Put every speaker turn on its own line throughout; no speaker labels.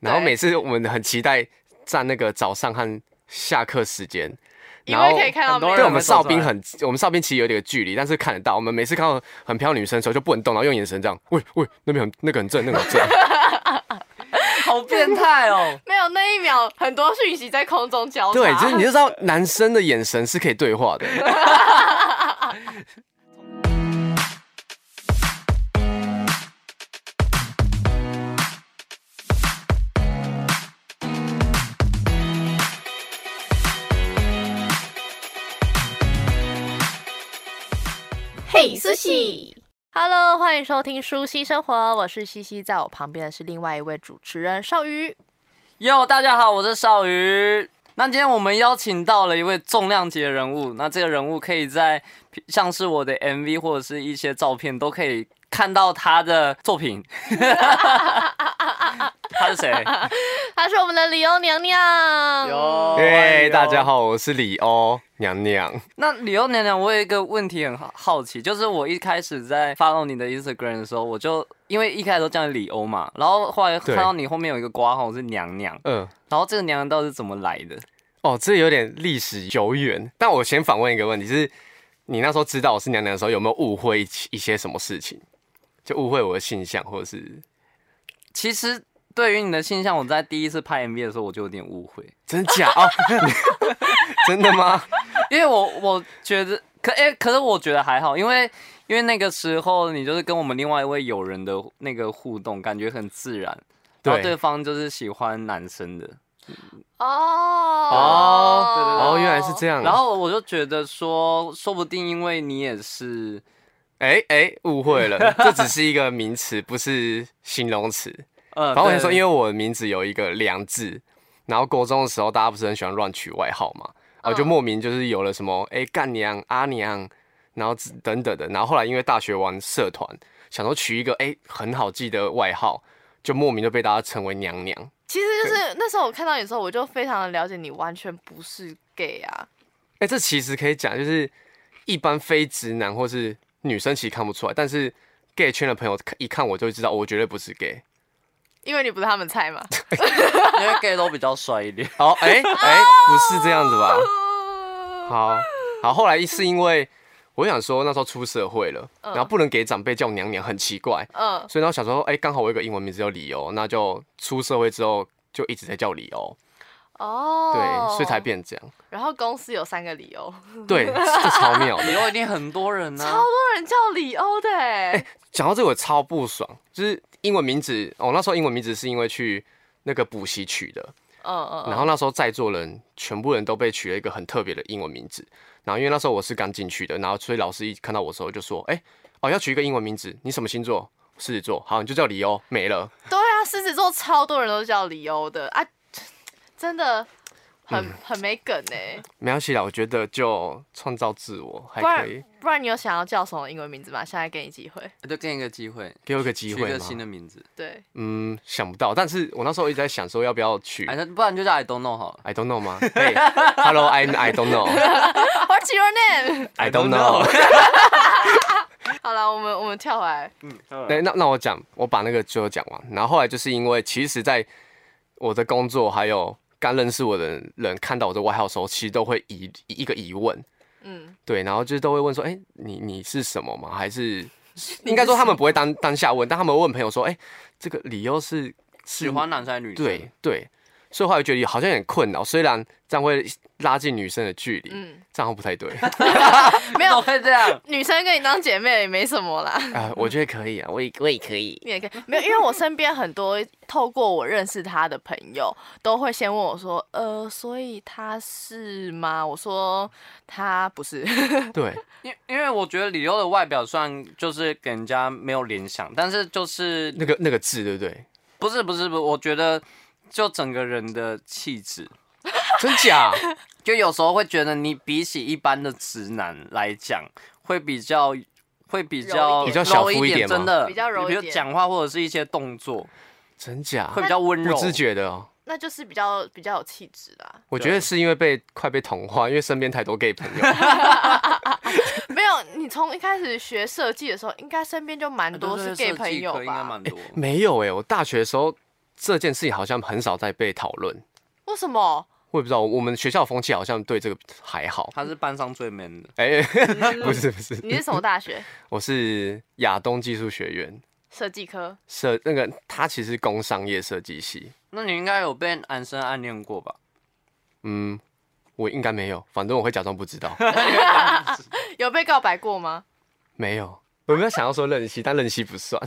然后每次我们很期待站那个早上和下课时间，
因
然后
为可以看到
很多
美
对
人
我
女，
们
走
哨
出
兵
来
很，我们哨兵其实有点距离，但是看得到。我们每次看到很漂亮女生的时候就不能动，然后用眼神这样，喂喂，那边很那个很正，那个很正。
好变态 哦！
没有那一秒很多讯息在空中交叉。
对，就是你就知道男生的眼神是可以对话的。
嘿，苏西。Hello，欢迎收听《舒西生活》，我是西西，在我旁边的是另外一位主持人少宇。
哟，大家好，我是少鱼。那今天我们邀请到了一位重量级的人物，那这个人物可以在像是我的 MV 或者是一些照片都可以看到他的作品。 他是谁？
她是我们的李欧娘娘。
哟
哎，大家。好，我是李欧娘娘。
那李欧娘娘，我有一个问题很好好奇，就是我一开始在 follow 你的 Instagram 的时候，我就因为一开始都叫你李欧嘛，然后后来看到你后面有一个挂号是娘娘，
嗯，
然后这个娘娘到底是怎么来的？
哦，这有点历史久远。但我先反问一个问题：是你那时候知道我是娘娘的时候，有没有误会一些什么事情？就误会我的性向，或者是
其实对于你的性向，我在第一次拍 MV 的时候我就有点误会，
真假哦？ 真的吗？
因为我我觉得可哎、可是我觉得还好，因为因为那个时候你就是跟我们另外一位友人的那个互动，感觉很自然，然
对
后对方就是喜欢男生的，
哦
哦
对对对
哦，原来是这
样。
样。
然后我就觉得说，说不定因为你也是
哎哎，误会了，这只是一个名词，不是形容词。
呃，
反正我先说，因
为
为我的名字有一个“梁”字，然后国中的时候大家不是很喜欢乱取外号嘛，然后就
嗯
莫名就是有了什么哎干娘、阿娘，然后之等等的，然后后来因为大学玩社团，想说取一个哎很好记的外号，就莫名就被大家称为娘娘。
其实就是那时候我看到你的时候，我就非常的了解你，完全不是 gay 啊。
哎，这其实可以讲，就是一般非直男或是女生其实看不出来，但是 gay 圈的朋友看一看我就知道，我绝对不是 gay。
因为你不是他们菜嘛，
因为 gay 都比较帅 一点，
哦，哎哎，不是这样子吧？好好，后来是因为我想说那时候出社会了，然后不能给长辈叫娘娘，很奇怪，
嗯，
所以呢我想说，哎、刚好我有个英文名字叫李欧，那就出社会之后就一直在叫李欧，
哦，
对，所以才。变这样，
然后公司有三个理由，
对，这超妙的。
以后一定很多人呢、
超多人叫李欧的、欸，
讲到这个我超不爽，就是英文名字，哦，那时候英文名字是因为去那个补习取的，
嗯嗯，
然后那时候在座人全部人都被取了一个很特别的英文名字，然后因为那时候我是刚进去的，然后所以老师一看到我的时候就说：“哎、哦，要取一个英文名字，你什么星座？狮子座，好，你就叫李欧，哦没了。
对啊，狮子座超多人都叫李欧的啊，真的很、很没梗哎、
没关系啦，我觉得就创造自我还
不
可以
然，不然你有想要叫什么英文名字吗？现在给你机会。
就给你一个机会，
给我一个机
取
会
一个
吗
新？的名字，
对，
嗯，想不到，但是我那时候一直在想说要不要取
反哎正不然就叫 I don't know 好了。
，I don't know 吗？嘿 h e l l o I I don't know，I
What's your name？
don't know。
好了，我们我们跳回 来。
嗯
对，那那我讲，我把那个最后讲完。然后后来就是因为，其实在我的工作还有刚认识我的人看到我的外号的时候，其实都会疑一个疑问，
嗯，
对，然后就是都会问说，哎、你你是什么吗？还是应该说他们不会当当下问，但他们会问朋友说，哎、这个理由是是
喜欢男生还是女生？
对对，所以后来觉得好像有点困扰，虽然这样会拉近女生的距离，
嗯
这样好像不 太对。
没有
怎么会这样。
女生跟你当姐妹也没什么啦，
啊、我觉得可以啊，我也我也可以。
你也可以。没有，因为我身边很多透过我认识他的朋友，都会先问我说，呃，所以他是吗？我说他不是。
嗯
对，
因因为我觉得李欧的外表虽然就是给人家没有联想，但是就是
那个那个字，对不对？
不是不是不是，我觉得就整个人的气质，
真假？
就有时候会觉得你比起一般的直男来讲，会比较会比
柔一
较
点比
较小
柔
夫一
一
点吗
真的
比较柔一点
比如讲话或者是一些动作
真假？
会比较温柔
不。自觉的哦。
那就是比较比较有气质啦，
我觉得是因为被快被同化，因为身边太多 gay 朋 友。
没有你从一开始学设计的时候，应该身边就蛮
很
多是 gay 朋友
应该
吧？
蛮多。
欸没有哎、我大学的时候这件事情好像很少在被讨论。
为什么？
我也不知道，我们学校的风气好像对这个还好。
他是班上最 man 的。
哎、 不是不是，
你是什么大学？
我是亚东技术学院
设计科？
设那个，他其实工商业设计系。
那你应该有被男生暗恋过吧？
嗯，我应该没有，反正我会假装不知 道。
有被告白过吗？
没有，我没有想要说任性，但任性不算。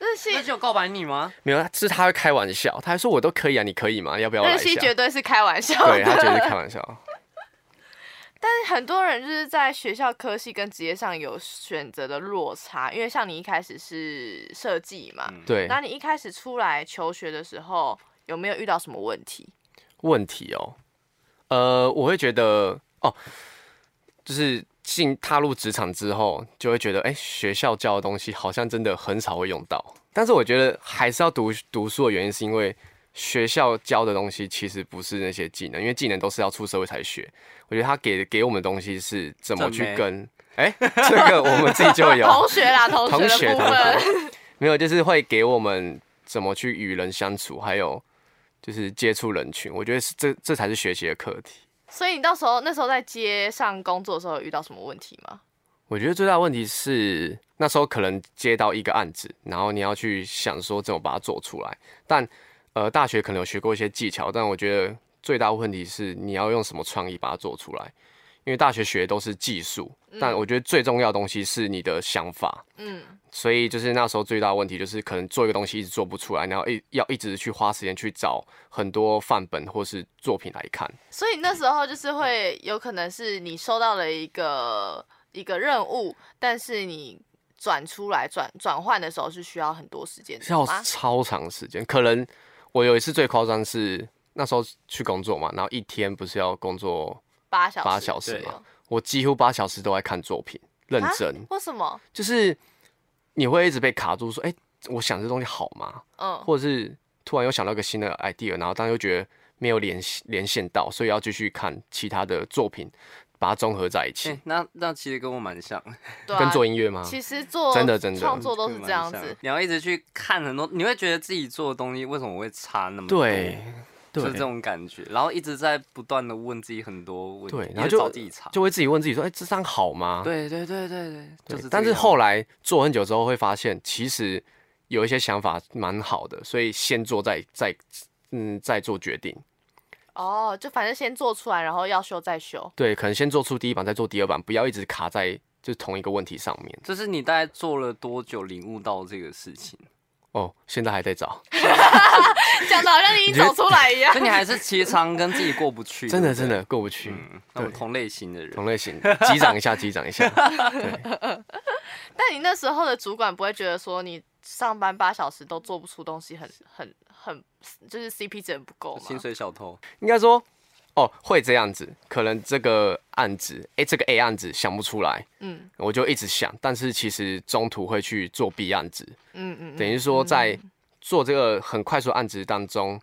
日系
那就告白你吗？
没有，是他会开玩笑，他还说我都可以啊，你可以吗？要不要来
日
一
系
下？
绝对是开玩笑
对他
的，
绝对是开玩笑。
但 是很多人就是在学校科系跟职业上有选择的落差，因为像你一开始是设计嘛，
嗯
对，
那你一开始出来求学的时候有没有遇到什么问题？
问题哦，呃，我会觉得哦，就是进踏入职场之后，就会觉得哎、学校教的东西好像真的很少会用到。但是我觉得还是要读读书的原因，是因为学校教的东西其实不是那些技能，因为技能都是要出社会才学。我觉得他给给我们的东西是怎么
正
去
妹
跟哎、这个我们自己 就有
同学啦，同
同
学
学
的部
同
分，
学， 没有，就是会给我们怎么去与人相处，还有就是接触人群。我觉得是这这才是学习的课题。
所以你到时候那时候在街上工作的时候有遇到什么问题吗？
我觉得最大的问题是那时候可能接到一个案子，然后你要去想说怎么把它做出来。但呃，大学可能有学过一些技巧，但我觉得最大的问题是你要用什么创意把它做出来。因为大学学的都是技术，但我觉得最重要的东西是你的想法。
嗯，
所以就是那时候最大的问题就是，可能做一个东西一直做不出来，然后一要一直去花时间去找很多范本或是作品来看。
所以那时候就是会有可能是你收到了一个一个任务，但是你转出来转转换的时候是需要很多时间的
要
吗？
超长时间。可能我有一次最夸张是那时候去工作嘛，然后一天不是要工作
八小时，
八小时
对
嘛，我几乎八小时都在看作品，认
啊
真，
为什么？
就是你会一直被卡住，说，哎、我想这东西好吗？
嗯，
或者是突然又想到一个新的 idea，然后但又觉得没有联系连线到，所以要继续看其他的作品，把它综合在一起。
哎、那那其实跟我蛮像，
对啊
跟，做音乐吗？
其实做
真的真的
创作都是这样
跟我蛮像
子。。
你要一直去看很多，你会觉得自己做的东西为什么会差那么多？
对，对，
就是这种感觉，然后一直在不断的问自己很多问题，
对
一，直
然后
找
就
自己查。
就会自己问自己说，哎、这张好吗？
对对对对对，
对，
就是这个样子。
但是后来做很久之后，会发现其实有一些想法蛮好的，所以先做再再嗯再做决定。
哦，就反正先做出来，然后要修 再修。
对，可能先做出第一版，再做第二版，不要一直卡在就是同一个问题上面。
就是你大概做了多久领悟到这个事 情？
哦，现在还在找，
讲的好像你
觉得
走出来一样
所以。你还是其实常跟自己过不去，
真的
对
真
不对。
的过不去。
嗯，那我们
对
同类型的人，
同类型，击掌一下，击掌一下。 对，
但你那时候的主管不会觉得说你上班八小时都做不出东西很，很很就是 CP 值很不够吗？
薪水小偷，
应该说，哦，会这样子，可能这个案子，哎、这个 A 案子想不出来，
嗯
我就一直想，但是其实中途会去做 B 案子，
嗯嗯，
等
嗯
于说在做这个很快速的案子当中，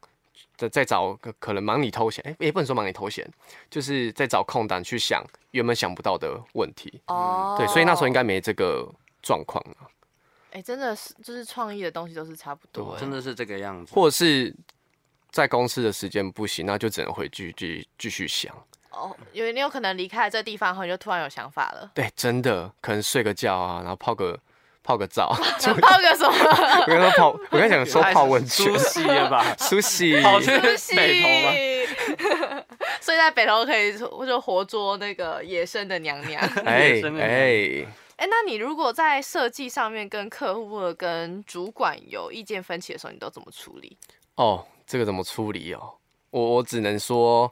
在在找可可能忙里偷闲，哎、也不能说忙里偷闲，就是在找空档去想原本想不到的问题。
哦，
对，所以那时候应该没这个状况啊，
哎、真的是就是创意的东西都是差不多
对
欸。
真的是这个样子。
或者是在公司的时间不行，那就只能回去继继续想。。
哦，因为你有可能离开了这地方后，你就突然有想法了
对，真的可能睡个觉啊，然后泡个泡个澡。
想泡个什么？
我刚刚泡，我刚想说泡温泉
太，熟悉 了吧？
梳洗。
跑去
东西
北投吗？
所以在北头可以说就活捉那个野生的娘娘。
哎
夜深了
哎，
哎、那你如果在设计上面跟客户或者跟主管有意见分歧的时候，你都怎么处理？
哦，这个怎么处理哦？我我只能说，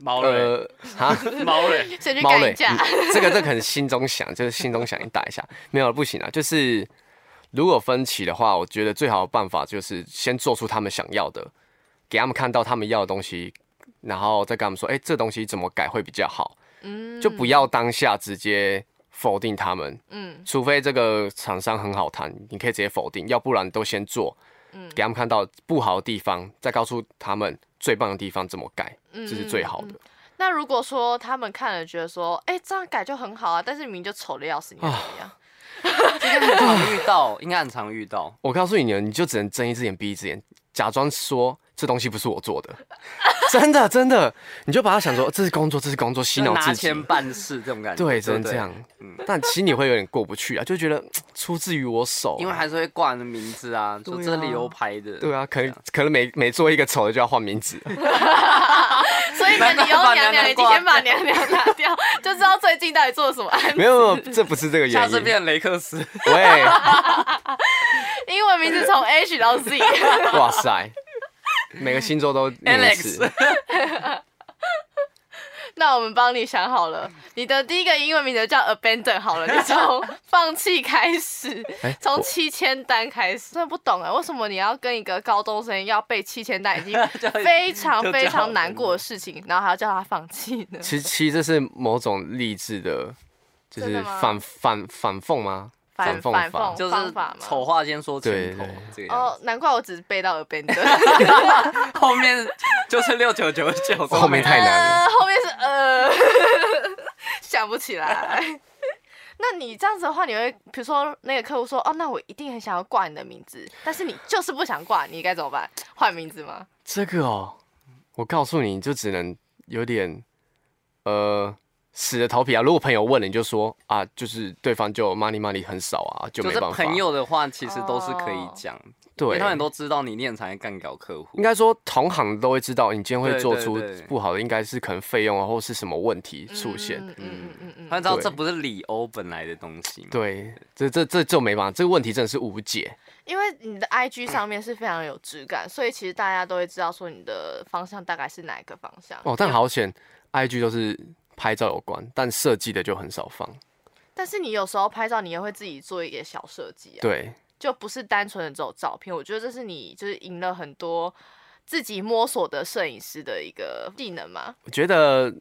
毛人，
呃，哈，
毛 人，
谁去
猫
干
嘞，
架？
嗯这个这个可能心中想， 就是心中想，你打一下，没有不行啊，就是如果分歧的话，我觉得最好的办法就是先做出他们想要的，给他们看到他们要的东西，然后再跟他们说，哎、这东西怎么改会比较好，
嗯，
就不要当下直接否定他们，
嗯
除非这个厂商很好谈，你可以直接否定，要不然都先做，
嗯
给他们看到不好的地方，再告诉他们最棒的地方怎么改，这
嗯
是最好的。
嗯嗯那如果说他们看了觉得说，哎、这样改就很好啊，但是明明就丑的要死，你会怎么样？
很常遇到，应该很常遇到。
我告诉你，你就只能睁一只眼闭一只眼，假装说这东西不是我做的， 真的真的，你就把它想说这是工作，这是工作，洗
就
脑
拿
自己
钱。办事这种感 觉，
对，只
真
能这样。但心里会有点过不去啊，就觉得嘖出自于我手啊、
因为还是会挂你的名字啊，说
对
这
啊
流拍的，
对啊，可能可能每每做一个丑的就要换名字，
所以呢，你用娘娘，你今天把
把
娘娘拿掉，就知道最近到底做了什么案
没有没有，这不是这个
下
原
次
因。
变雷克斯，
喂，
英文名字从 H 到 Z，
哇塞，每个星座都念一次
Alex
那我们帮你想好了，你的第一个英文名字叫 Abandon 好了，你从放弃开始
哎，
从
我
七千单开始。真的不懂哎、为什么你要跟一个高中生要背七千单，已 经
就
非常
就
非
叫
常难过的事情，然后还要叫他放弃呢？
其实其实这是某种励志的，就
真
是
的吗
反反反讽吗？
反
讽
反
法
讽
就是
方法吗
丑话先说前头
对对
这个样
哦，难怪我只是背到 Abandon，
子， 后面就是六九九九，
后面太难了。
呃，后面是呃， 想不起来。 那你这样子的话，你会比如说那个客户说，哦，那我一定很想要挂你的名字，但是你就是不想挂，你该怎么办？换名字吗？
这个哦，我告诉你，你就只能有点呃死着头皮啊。如果朋友问了，你就说啊，就是对方就 money money 很少啊，就
就
没
是
办法。哦
朋友的话，其实都是可以讲，因为
对
他，们都知道你念才干搞客户
应。该说同行都会知道，你今天会
对
做
对
出
对
不好的，应该是可能费用啊，或是什么问题出现。
嗯嗯嗯嗯
他
嗯。
知道
对
这不是李欧本来的东西嘛？
对，这这这就没办法，这个问题真的是无解。
因为你的 IG 上面是非常有质感，所以其实大家都会知道说你的方向大概是哪一个方向。
哦，但好险，IG 都是拍照有关，但设计的就很少放。
但是你有时候拍照，你也会自己做一点小设计啊。
对，
就不是单纯的只有照片。我觉得这是你就是赢了很多自己摸索的摄影师的一个技能嘛。
我觉得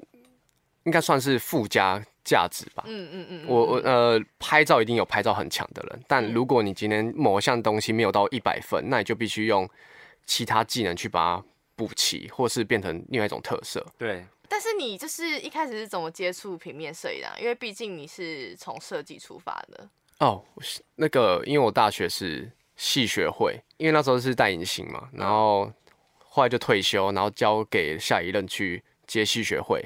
应该算是附加价值吧。
嗯嗯嗯，嗯嗯
我我呃，拍照一定有拍照很强的人，但如果你今天某项东西没有到一百分，那你就必须用其他技能去把它补齐，或是变成另外一种特色。
对，
但是你就是一开始是怎么接触平面摄影的啊、因为毕竟你是从设计出发的。
哦，我是那个，因为我大学是系学会，因为那时候是戴隐形嘛，然后后来就退休，然后交给下一任去接系学会。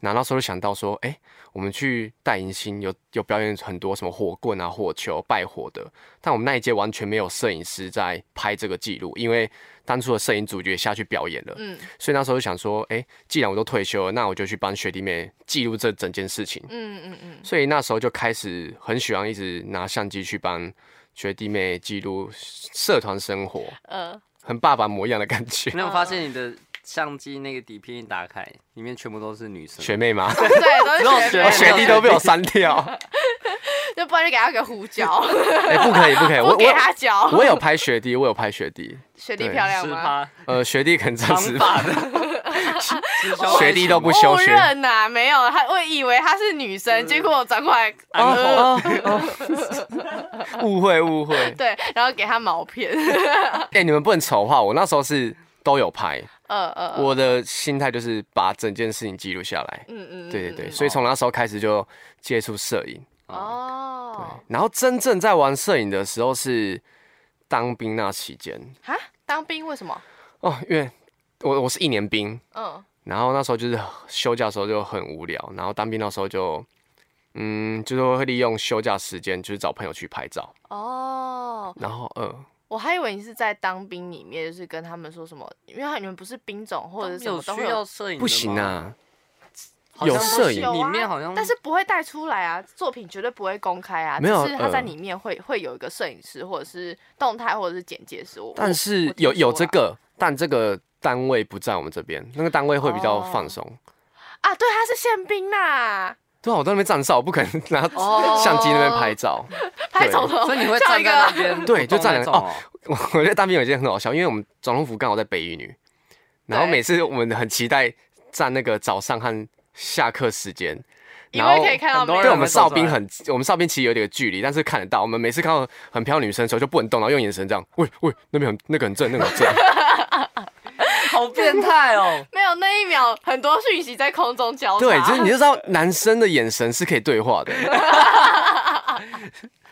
然后那时候就想到说，哎、我们去戴银星有有表演很多什么火棍啊、火球、拜火的，但我们那一届完全没有摄影师在拍这个记录，因为当初的摄影主角下去表演了，
嗯
所以那时候就想说，哎、既然我都退休了，那我就去帮学弟妹记录这整件事情。
嗯嗯嗯，
所以那时候就开始很喜欢一直拿相机去帮学弟妹记录社团生活，
呃，
很爸爸模样的感觉
嗯
你。有没有发现你的相机那个底片一打开，里面全部都是女生？
学妹吗？
对，都是
只有
学
学
妹
我
妹
学弟都被我删掉。
就不然就给他个胡椒，
哎、不可以，不可 以，我
不给他
我
嚼。
我有拍学弟，我有拍学弟。
学弟
对
漂亮
是
吗？
吧？
呃，学弟可能真
长
是
发的，是小
学弟都不修
误
学。
认呐、没有，他我以为他是女生，结果我转过来，呃
哦哦哦 误会误会。
对，然后给他毛片， 嗯
哎、你们不能丑化我，那时候是都有拍。
呃呃，
我的心态就是把整件事情记录下来。
嗯嗯，嗯
对对对，嗯
嗯
所以从那时候开始就接触摄影。
哦，
然后真正在玩摄影的时候是当兵那期间
啊，当兵为什么？
哦，因为我我是一年兵，
嗯，
然后那时候就是休假的时候就很无聊，然后当兵那时候就嗯，就是会利用休假时间就是找朋友去拍照，
哦，
然后呃，
我还以为你是在当兵里面，就是跟他们说什么，因为你们不是兵种或者什
有
么都
需
会
要摄影的吗
不行，啊，
好
有
像不
摄
行
影
有啊
里面好像
但是不会带出来啊，作品绝对不会公开啊，
没有
只是他在
呃
里面会会有一个摄影师或者是动态或者是简介师，我
但
我
是
听
有有
说啊
这
啦
个，但这个单位不在我们这边，那个单位会比较
哦
放松。
啊，对，他是宪兵呐，
对啊，我在那边站哨，不可能拿
哦
相机那边拍照。
拍手
哦
头，
所以你会
像
站
一
在
个
那边，
对就站
那
两
种
哦
哦，
我我觉得当兵有一件很好笑，因为我们总统府刚好在北一女，然后
对
每次我们很期待站那个早上和下课时间，
因
然后
为可以看到
很多
每
对
个
我
人
们
会走
哨
出来
啊
兵很，我们哨兵其实有点距离，但是看得到。我们每次看到很漂亮女生的时候就不能动，然后用眼神这样，喂喂，那边很那个很正，那个很
哦
正。
好变态哦。
没有那一秒很多讯息在空中交叉，
对，就是你就知道男生的眼神是可以对话的。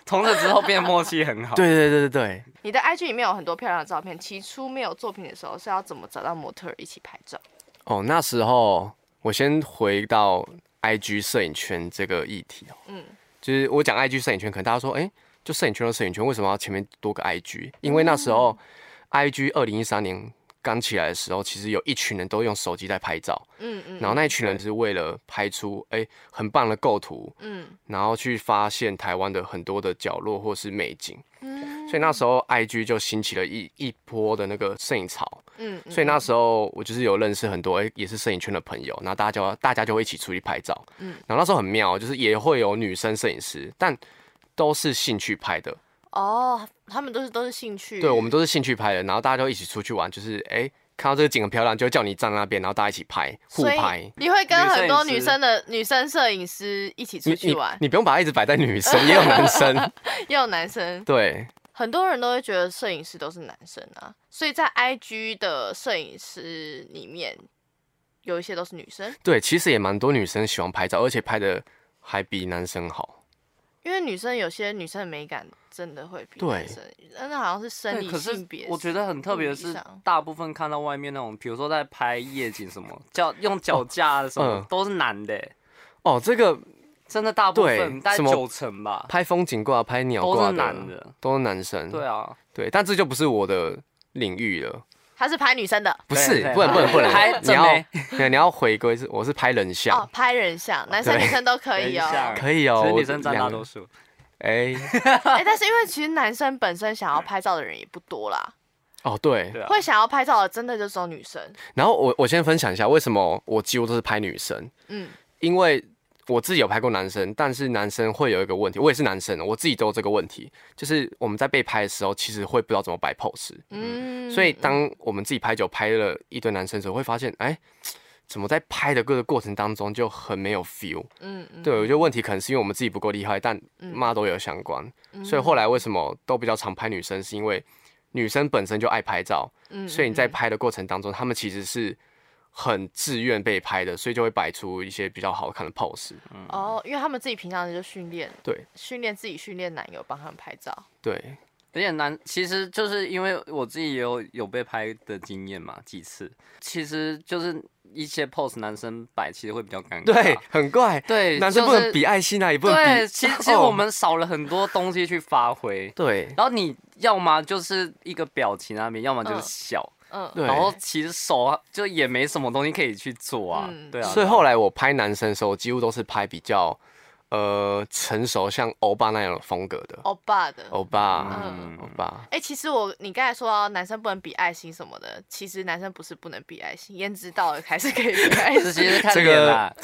从此之后变默契很好。，
对对对对对，
你的 IG 里面有很多漂亮的照片，起初没有作品的时候是要怎么找到模特儿一起拍照？
哦，那时候我先回到 IG 摄影圈这个议题哦，
嗯
就是我讲 IG 摄影圈，可能大家说，哎、就摄影圈的摄影圈，为什么要前面多个 IG？因为那时
嗯
候 IG 二零一三年刚起来的时候，其实有一群人都用手机在拍照，
嗯嗯
然后那一群人是为了拍出哎、诶很棒的构图，
嗯
然后去发现台湾的很多的角落或是美景，
嗯
所以那时候 IG 就兴起了一一波的那个摄影潮。
嗯，嗯
所以那时候我就是有认识很多哎、诶也是摄影圈的朋友，然后大家就大家就会一起出去拍照。
嗯
然后那时候很妙，就是也会有女生摄影师，但都是兴趣拍的。
哦，他们都是都是兴趣，
对，我们都是兴趣拍的，然后大家就一起出去玩，就是哎、诶看到这个景很漂亮，就叫你站在那边，然后大家一起拍，互
所以
拍。
你会跟
女摄
很多
影
女
师
生的女生摄影师一起出
你
去
你
玩，
你不用把它一直摆在女 生，也有男生。
也有男生，
对，
很多人都会觉得摄影师都是男生啊，所以在 IG 的摄影师里面，有一些都是女生，
对，其实也蛮多女生喜欢拍照，而且拍的还比男生好。
因为女生有些女生的美感真的会比
对
男生，但那好像是生理
可是
性别，
我觉得很特别的是
不一样，
大部分看到外面那种，比如说在拍夜景什么，脚用脚架的什么，
嗯
都是男的欸，
哦，这个
真的大部
对
分大概
什么
九成吧，
拍风景挂、拍鸟
都
挂
是
的嗯
男的。
都是男生。
对啊，
对，但这就不是我的领域了。
他是拍女生的
不
对
是
对，
不能不能不能，
拍
你
正
要
妹
对你要回归是我是拍人像，
哦，拍人像，男生
对
女生都可以哦
人。像
可以哦，
其实
我
女生占
两
大
个
多数。
哎、
哎、但是因为其 实男生本身想要拍照的人也不多啦，
哦对，
对啊，
会想要拍照的真的就只有女生。
然后我我先分享一下为什么我几乎都是拍女生，
嗯
因为我自己有拍过男生，但是男生会有一个问题，我也是男生，哦我自己都有这个问题，就是我们在被拍的时候，其实会不知道怎么摆 pose，
嗯，
所以当我们自己拍久拍了一堆男生的时候，会发现哎。怎么在拍的各个过程当中就很没有 feel？
嗯嗯
对，我觉得问题可能是因为我们自己不够厉害，但
嗯
妈都有相关。所以后来为什么都比较常拍女生，是因为女生本身就爱拍照，
嗯
所以你在
嗯
拍的过程当中，她们其实是很自愿被拍的，所以就会摆出一些比较好看的 pose。
嗯哦，因为他们自己平常就训练，
对
训练自己训练男友帮他们拍照。
对，
有点难，其实就是因为我自己也有有被拍的经验嘛，几次，其实就是一些 pose 男生摆，其实会比较尴尬。
对，很怪，
对，
男生不
就
能
是
比爱心啊，也不能
对，
比。哦
其实其实我们少了很多东西去发挥。
对
然后你要么就是一个表情那边，要么就是
嗯
笑，
嗯，
对，
然后其实手啊就也没什么东西可以去做啊，
嗯
对啊。
所以
对啊
后来我拍男生的时候，我几乎都是拍比较呃成熟，像欧巴那样的风格的。
欧巴的。
欧巴，
嗯
欧巴，
哎、其实我你刚才说到男生不能比爱心什么的，其实男生不是不能比爱心，颜值到了还是可以比爱
这
心。
其实看
这
脸
个
啦，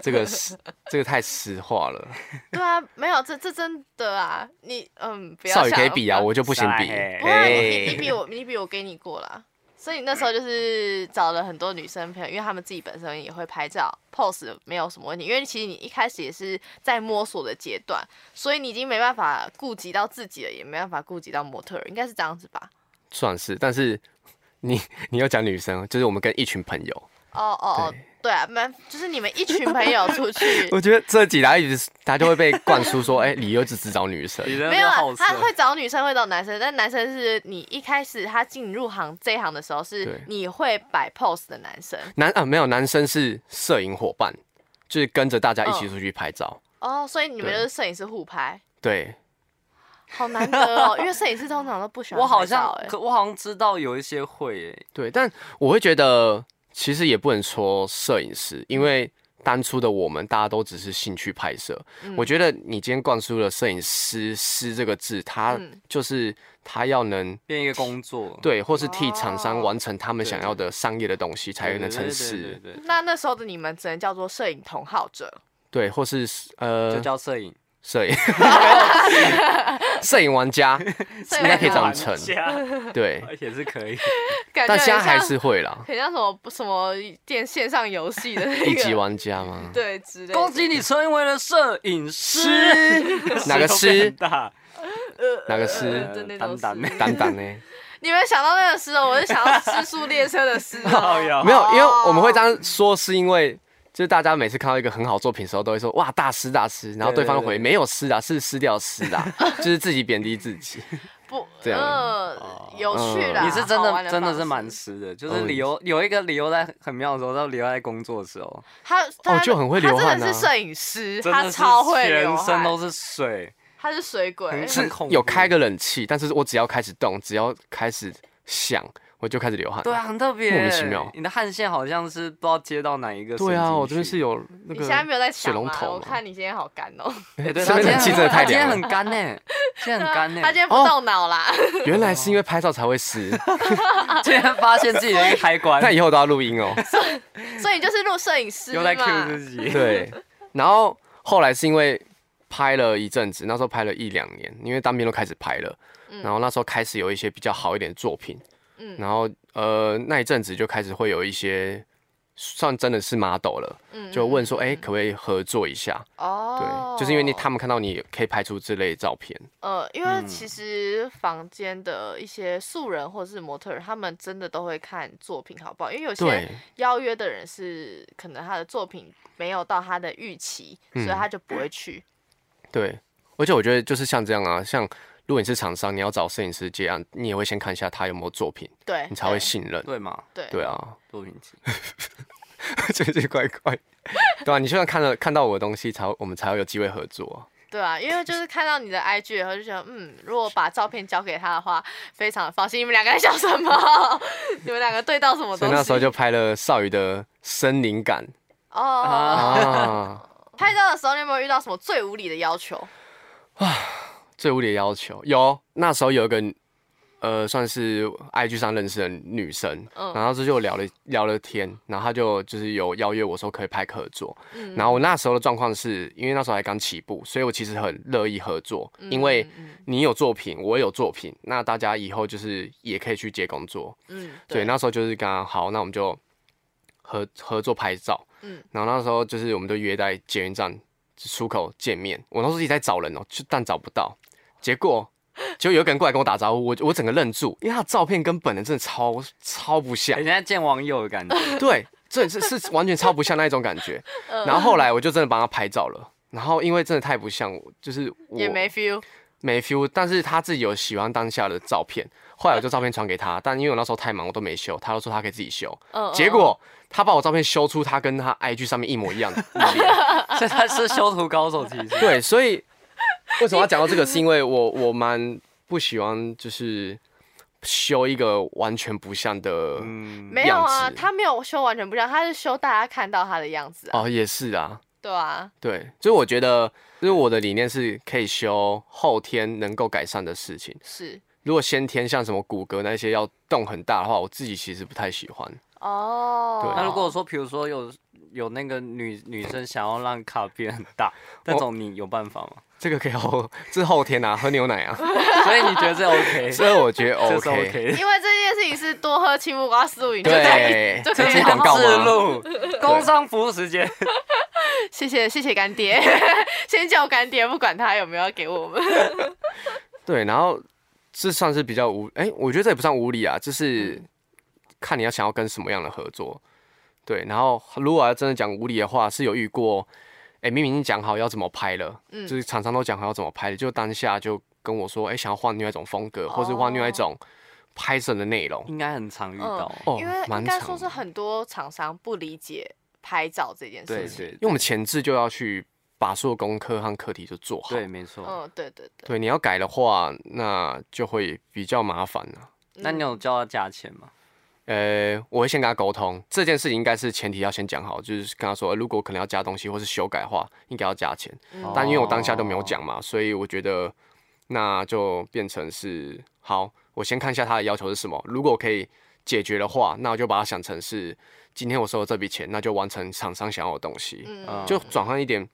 这个是 这个太实话了。
对啊，没有这这真的啊，你嗯不要
少
想
宇可以比啊，
不
我就不行比。
哎
不会啊，你你你比我你比我给你过啦。所以那时候就是找了很多女生朋友，因为她们自己本身也会拍照，pose 没有什么问题。因为其实你一开始也是在摸索的阶段，所以你已经没办法顾及到自己了，也没办法顾及到模特儿，应该是这样子吧？
算是，但是你你要讲女生，就是我们跟一群朋友，
哦哦哦，对啊，蛮就是你们一群朋友出去
，我觉得这几来一直他就会被灌输说，哎、 理由只只找女生。
你真的
没有啊
好，色
他会找女生，会找男生，但男生是你一开始他进入行这一行的时候，是
对
你会摆 pose 的男生
男啊没有，男生是摄影伙伴，就是跟着大家
嗯
一起出去拍照。
哦，所以你们
对
就是摄影师互拍，
对，
好难得哦，因为摄影师通常都不喜欢
我好
拍照
像
哎
可我好像知道有一些会诶，
对，但我会觉得其实也不能说摄影师，因为当初的我们大家都只是兴趣拍摄。
嗯
我觉得你今天灌输了摄影师“师”这个字，他
嗯
就是他要能
变一个 工作，
对，或是替厂商
哦
完成他们
对
想要的商业的东西，才
对，
能成
对
事。，
对对对
那那时候的你们只能叫做摄影同好者，
对，或是
对
呃
就，叫摄影，
摄 影，摄影玩家，
摄
应该可以
影
这样
同好
成
成，
对，
也 是可以。
感觉
但
很
现在还
像
是会啦，
很像什么什么电线上游戏的那
一级
个，
玩家 吗？
对之类的。
恭喜你成为了摄影 师，
师哪个师？
大
哪个
呃
师？
对那
丹
种
丹
师
丹丹呢？
你们想到那个诗哦，我是想到《失速列车》的诗哦。
靠腰
没有，因为我们会这样说，是因为就是大家每次看到一个很好作品的时候，都会说哇大师大师，然后对方
对对
回没有师啊，是失掉师啊， 就是自己贬低自己。
不，
这样
呃，有趣啦。
嗯
你是真
好玩
的真的是蛮
方式
湿的，就是理由有一个理由在很妙的时候，到理由在工作的时候，
他他
就很会流
他
汗啊
真的是摄影师，
真
他
的是
超会流
全身
汗，
都是水，
他是水鬼
很，
是
恐怖
有开个冷气，但是我只要开始动，只要开始想，我就开始流汗。
对啊，，很特别，
莫名其妙
你的汗腺好像是不知道接到哪一个，
对啊，我这边是，有那
你现在
个
没有在
水
想
龙
吗？
头
我
嘛
看你今天好干哦，
哎，
这
对，他
边冷
今天
气真的太
他今
凉
天
了
很干呢，今天很干呢，欸
他今天不动脑啦。
原来是因为拍照才会 湿，
今天发现自己的一个开关，
那以后都要录音哦。
所以你就是录摄影师
又
嘛，
在 Q 自 己，，
对，然后后来是因为拍了一阵子，那时候拍了一两年，因为当兵都开始拍了，然后那时候开始有一些比较好一点的作品，
嗯
然后呃那一阵子就开始会有一些算真的是 model 了，
嗯
就问说哎、可不可以合作一下？
哦
对，就是因为你他们看到你可以拍出这类的照片，
呃，因为
嗯
其实房间的一些素人或是模特儿，他们真的都会看作品好不好？因为有些
对
邀约的人是可能他的作品没有到他的预期，
嗯
所以他就不会去。
对，而且我觉得就是像这样啊，像如果你是厂商，你要找摄影师接案，你也会先看一下他有没有作品，
对，
你才会
对
信任。
对嘛，
对
对啊，
多云集，
奇奇怪 怪，对啊，你就算看了看到我的东西，才会我们才会有机会合作啊、
对啊，因为就是看到你的 IG 以后就觉得，嗯，如果把照片交给他的话，非常放心。你们两个在笑什么？ 你们两个对到什么
所
东
以
西？
那时候就拍了少宇的森林感
哦，
啊
啊，
拍照的时候你有没有遇到什么最无理的要求？
最无理的要求有。那时候有一个呃，算是 IG 上认识的女生，
嗯
然后这就聊了聊了天，然后她就就是有邀约我说可以拍合作，
嗯
然后我那时候的状况是因为那时候还刚起步，所以我其实很乐意合作，
嗯
因为你有作品，我有作品，那大家以后就是也可以去接工作，
嗯，
对，那时候就是刚刚好，那我们就合合作拍照，
嗯
嗯，然后那时候就是我们就约在捷运站出口见面。我那时候一直在找人哦、就但找不到，结果结果有一个人过来跟我打招呼，我我整个愣住，因为他的照片跟本人真的超超不像
人，家见网友的 感觉，
对，这是是完全超不像那一种感觉。然后后来我就真的帮他拍照了。然后因为真的太不像我，就是我
也没 feel。
没 feel，但是他自己有喜欢当下的照片，后来我就照片传给他，但因为我那时候太忙，我都没修，他都说他可以自己修，
嗯嗯
结果他把我照片修出他跟他 IG 上面一模一样的脸，
所以他是修图高手提升，
对，所以为什么要讲到这个？是因为我我蛮不喜欢就是修一个完全不像的，
嗯，
没有啊，
样子
他没有修完全不一样，他是修大家看到他的样子啊，
哦，也是啊，
对啊，
对，所以我觉得，就是我的理念是可以修后天能够改善的事情，
是
如果先天像什么骨骼那些要动很大的话，我自己其实不太喜欢。
哦
对。
那如果说，比如说有有那个女女生想要让卡变很大，那种你有办法吗？
这个可以后，这是后天啊，喝牛奶啊，
所以你觉得这 OK？
所以我觉得
这是
OK。
OK 的。
因为这件事情是多喝青木瓜四物饮就可以，
对，
就可
这
以
是广告
自
吗？
录，工商服务时间。
谢谢谢谢干爹， 先叫干爹，不管他有没有要给我们。
对，然后这算是比较无，哎、我觉得这也不算无理啊，就是
嗯
看你要想要跟什么样的合作。对，然后如果要真的讲无理的话，是有遇过，哎、明明讲好要怎么拍了，
嗯
就是厂商都讲好要怎么拍了，就当下就跟我说，哎、想要换另外一种风格，或是换另外一种拍摄的内容。
应该很常遇到。
哦
哦嗯因为应
蛮
该
长
说是
的
很多厂商不理解拍照这件
对
事情。
对
因为我们前置就要去把所有功课和课题就做好。
对，没错。
嗯，对对对。
对，你要改的话，那就会比较麻烦了、
那
嗯
你有叫他价钱吗？
呃，我会先跟他沟通这件事情，应该是前提要先讲好，就是跟他说，呃如果可能要加东西或是修改的话，应该要加钱。
嗯
但因为我当下都没有讲嘛，所以我觉得那就变成是好，我先看一下他的要求是什么。如果可以解决的话，那我就把它想成是今天我收了这笔钱，那就完成厂商想要的东西，
嗯
嗯
就转换一点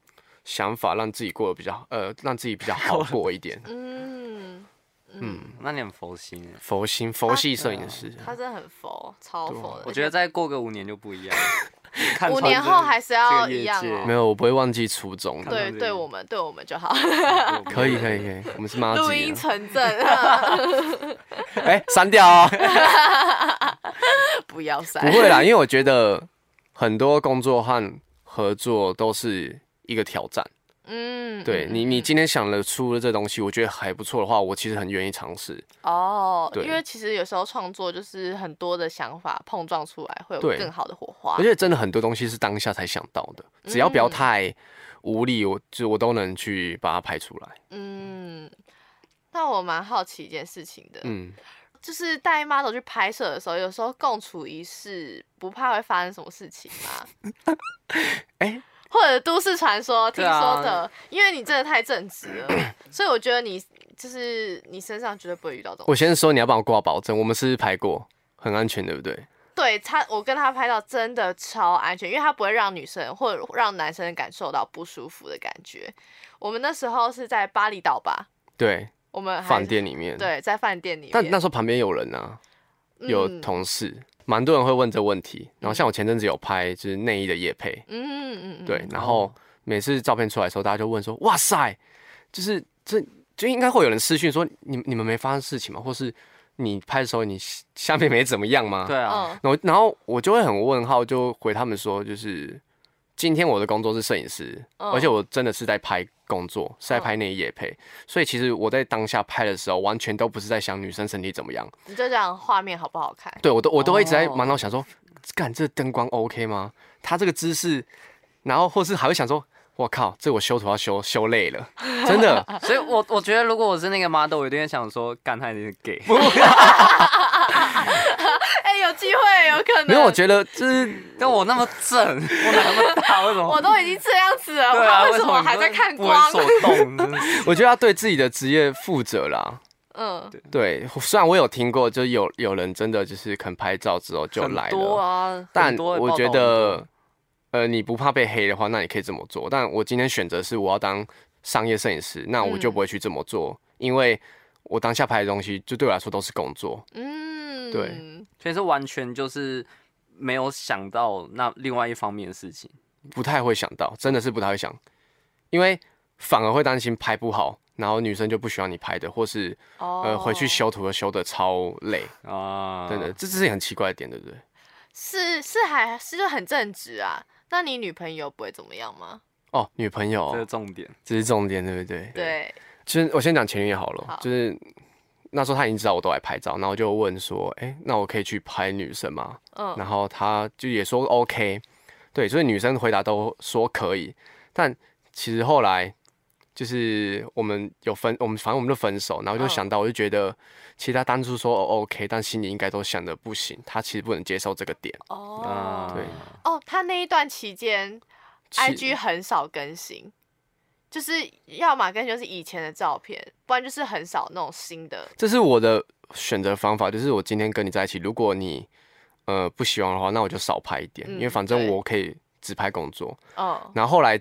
想法，让自己过得比较呃，让自己比较好过一点。
嗯，
那你很佛心哎。
佛心佛系摄影师，
他真的很佛，超
对啊
佛的。
我觉得再过个五年就不一样了。 看
五
穿
年
这
后还是要
这个业
一样
界
没
哦。
有，我不会忘记初衷。
看到
对
这，个
对我们对我们就好。
可以可以可以，我们是妈
录
吉
音
的，
存 证，
嗯哎，删掉哦。
不要删
不。会啦，因为我觉得很多工作和合作都是一个挑战。
嗯，
对
嗯
你，你今天想了出了这东西，我觉得还不错的话，我其实很愿意尝试。
哦，
对
因为其实有时候创作就是很多的想法碰撞出来，会有
对
更好的火花
而。且真的很多东西是当下才想到的，只要不要
嗯
太无力，我就我都能去把它排出来。
嗯，那我蛮好奇一件事情的，
嗯，
就是带 model 去拍摄的时候，有时候共处一室，不怕会发生什么事情吗？
哎
或者都市传说听
对啊
说的，因为你真的太正直 了，所以我觉得你就是你身上绝对不会遇到这种
我
事。
先说你要帮我挂保证，我们是不是排过，很安全，对不对？
对他，我跟他拍照真的超安全，因为他不会让女生或者让男生感受到不舒服的感觉。我们那时候是在巴厘岛吧，
对，
我们还
饭店里面。，
哎对，在饭店里面，
但那时候旁边有人啊，有
嗯
同事，蛮、多人会问这问题。然后像我前阵子有拍就是内衣的夜配，
嗯嗯嗯，
对
嗯，
然后每次照片出来的时候，大家就问说：“哇塞，就是这就应该会有人私讯说你你们没发生事情吗？或是你拍的时候你下下面没怎么样吗？”
对啊，
嗯
然后然后我就会很问号，就回他们说，就是今天我的工作是摄影师，
嗯
而且我真的是在拍工作，是在
嗯
拍内衣夜配，所以其实我在当下拍的时候，完全都不是在想女生身体怎么样，
你就讲画面好不好看？
对我都我都会一直在
哦
满脑想说，干这灯光 OK 吗？他这个姿势，然后或是还会想说，我靠，这我修图要修修累了，真 的
嗯
所以我我觉得如果我是那个 model，我一定会想说，干他一定是 gay。
哎、有机会，有可能。
没有，我觉得就是
但我那么正， 我哪那么大，为什么？
我都已经这样子了，
对
我
啊，
怕为什么
么
还在看
不为
光？
所动？真的是
我觉得要对自己的职业负责啦。
嗯，
对，虽然我有听过，就有有人真的就是可能拍照之后就来
很多
了，
啊，
但
很多的
我
报
觉
道
得，呃，你不怕被黑的话，那你可以这么做。但我今天选择是我要当商业摄影师，那我就
嗯
不会去这么做，因为我当下拍的东西，就对我来说都是工作。
嗯，
对，
所以是完全就是没有想到那另外一方面的事情。
不太会想到，真的是不太会想，因为反而会担心拍不好，然后女生就不喜欢你拍的，或是
哦，
呃回去修图又修的超累，
啊，
对对，这这是很奇怪的点，对不对？
是是还是就很正直啊。那你女朋友不会怎么样吗？
哦，女朋友
这
哦
是重点。
这是重点，对不对？
对，
就是我先讲前女友好了，
好
就是那时候她已经知道我都来拍照，然后就问说，哎、那我可以去拍女生吗？
嗯
然后她就也说 OK，对，所以女生回答都说可以，但其实后来就是我们有分，我们反正我们就分手，然后就
嗯
想到，我就觉得其实她当初说哦 OK，但心里应该都想的不行，她其实不能接受这个点，
哦
啊，
对
哦，他那一段期间
其
，IG 很少更新。就是要么更新就是以前的照片，不然就是很少那种新的。
这是我的选择方法，就是我今天跟你在一起，如果你呃不喜欢的话，那我就少拍一点，
嗯
因为反正
对
我可以只拍工作。
嗯
然后后来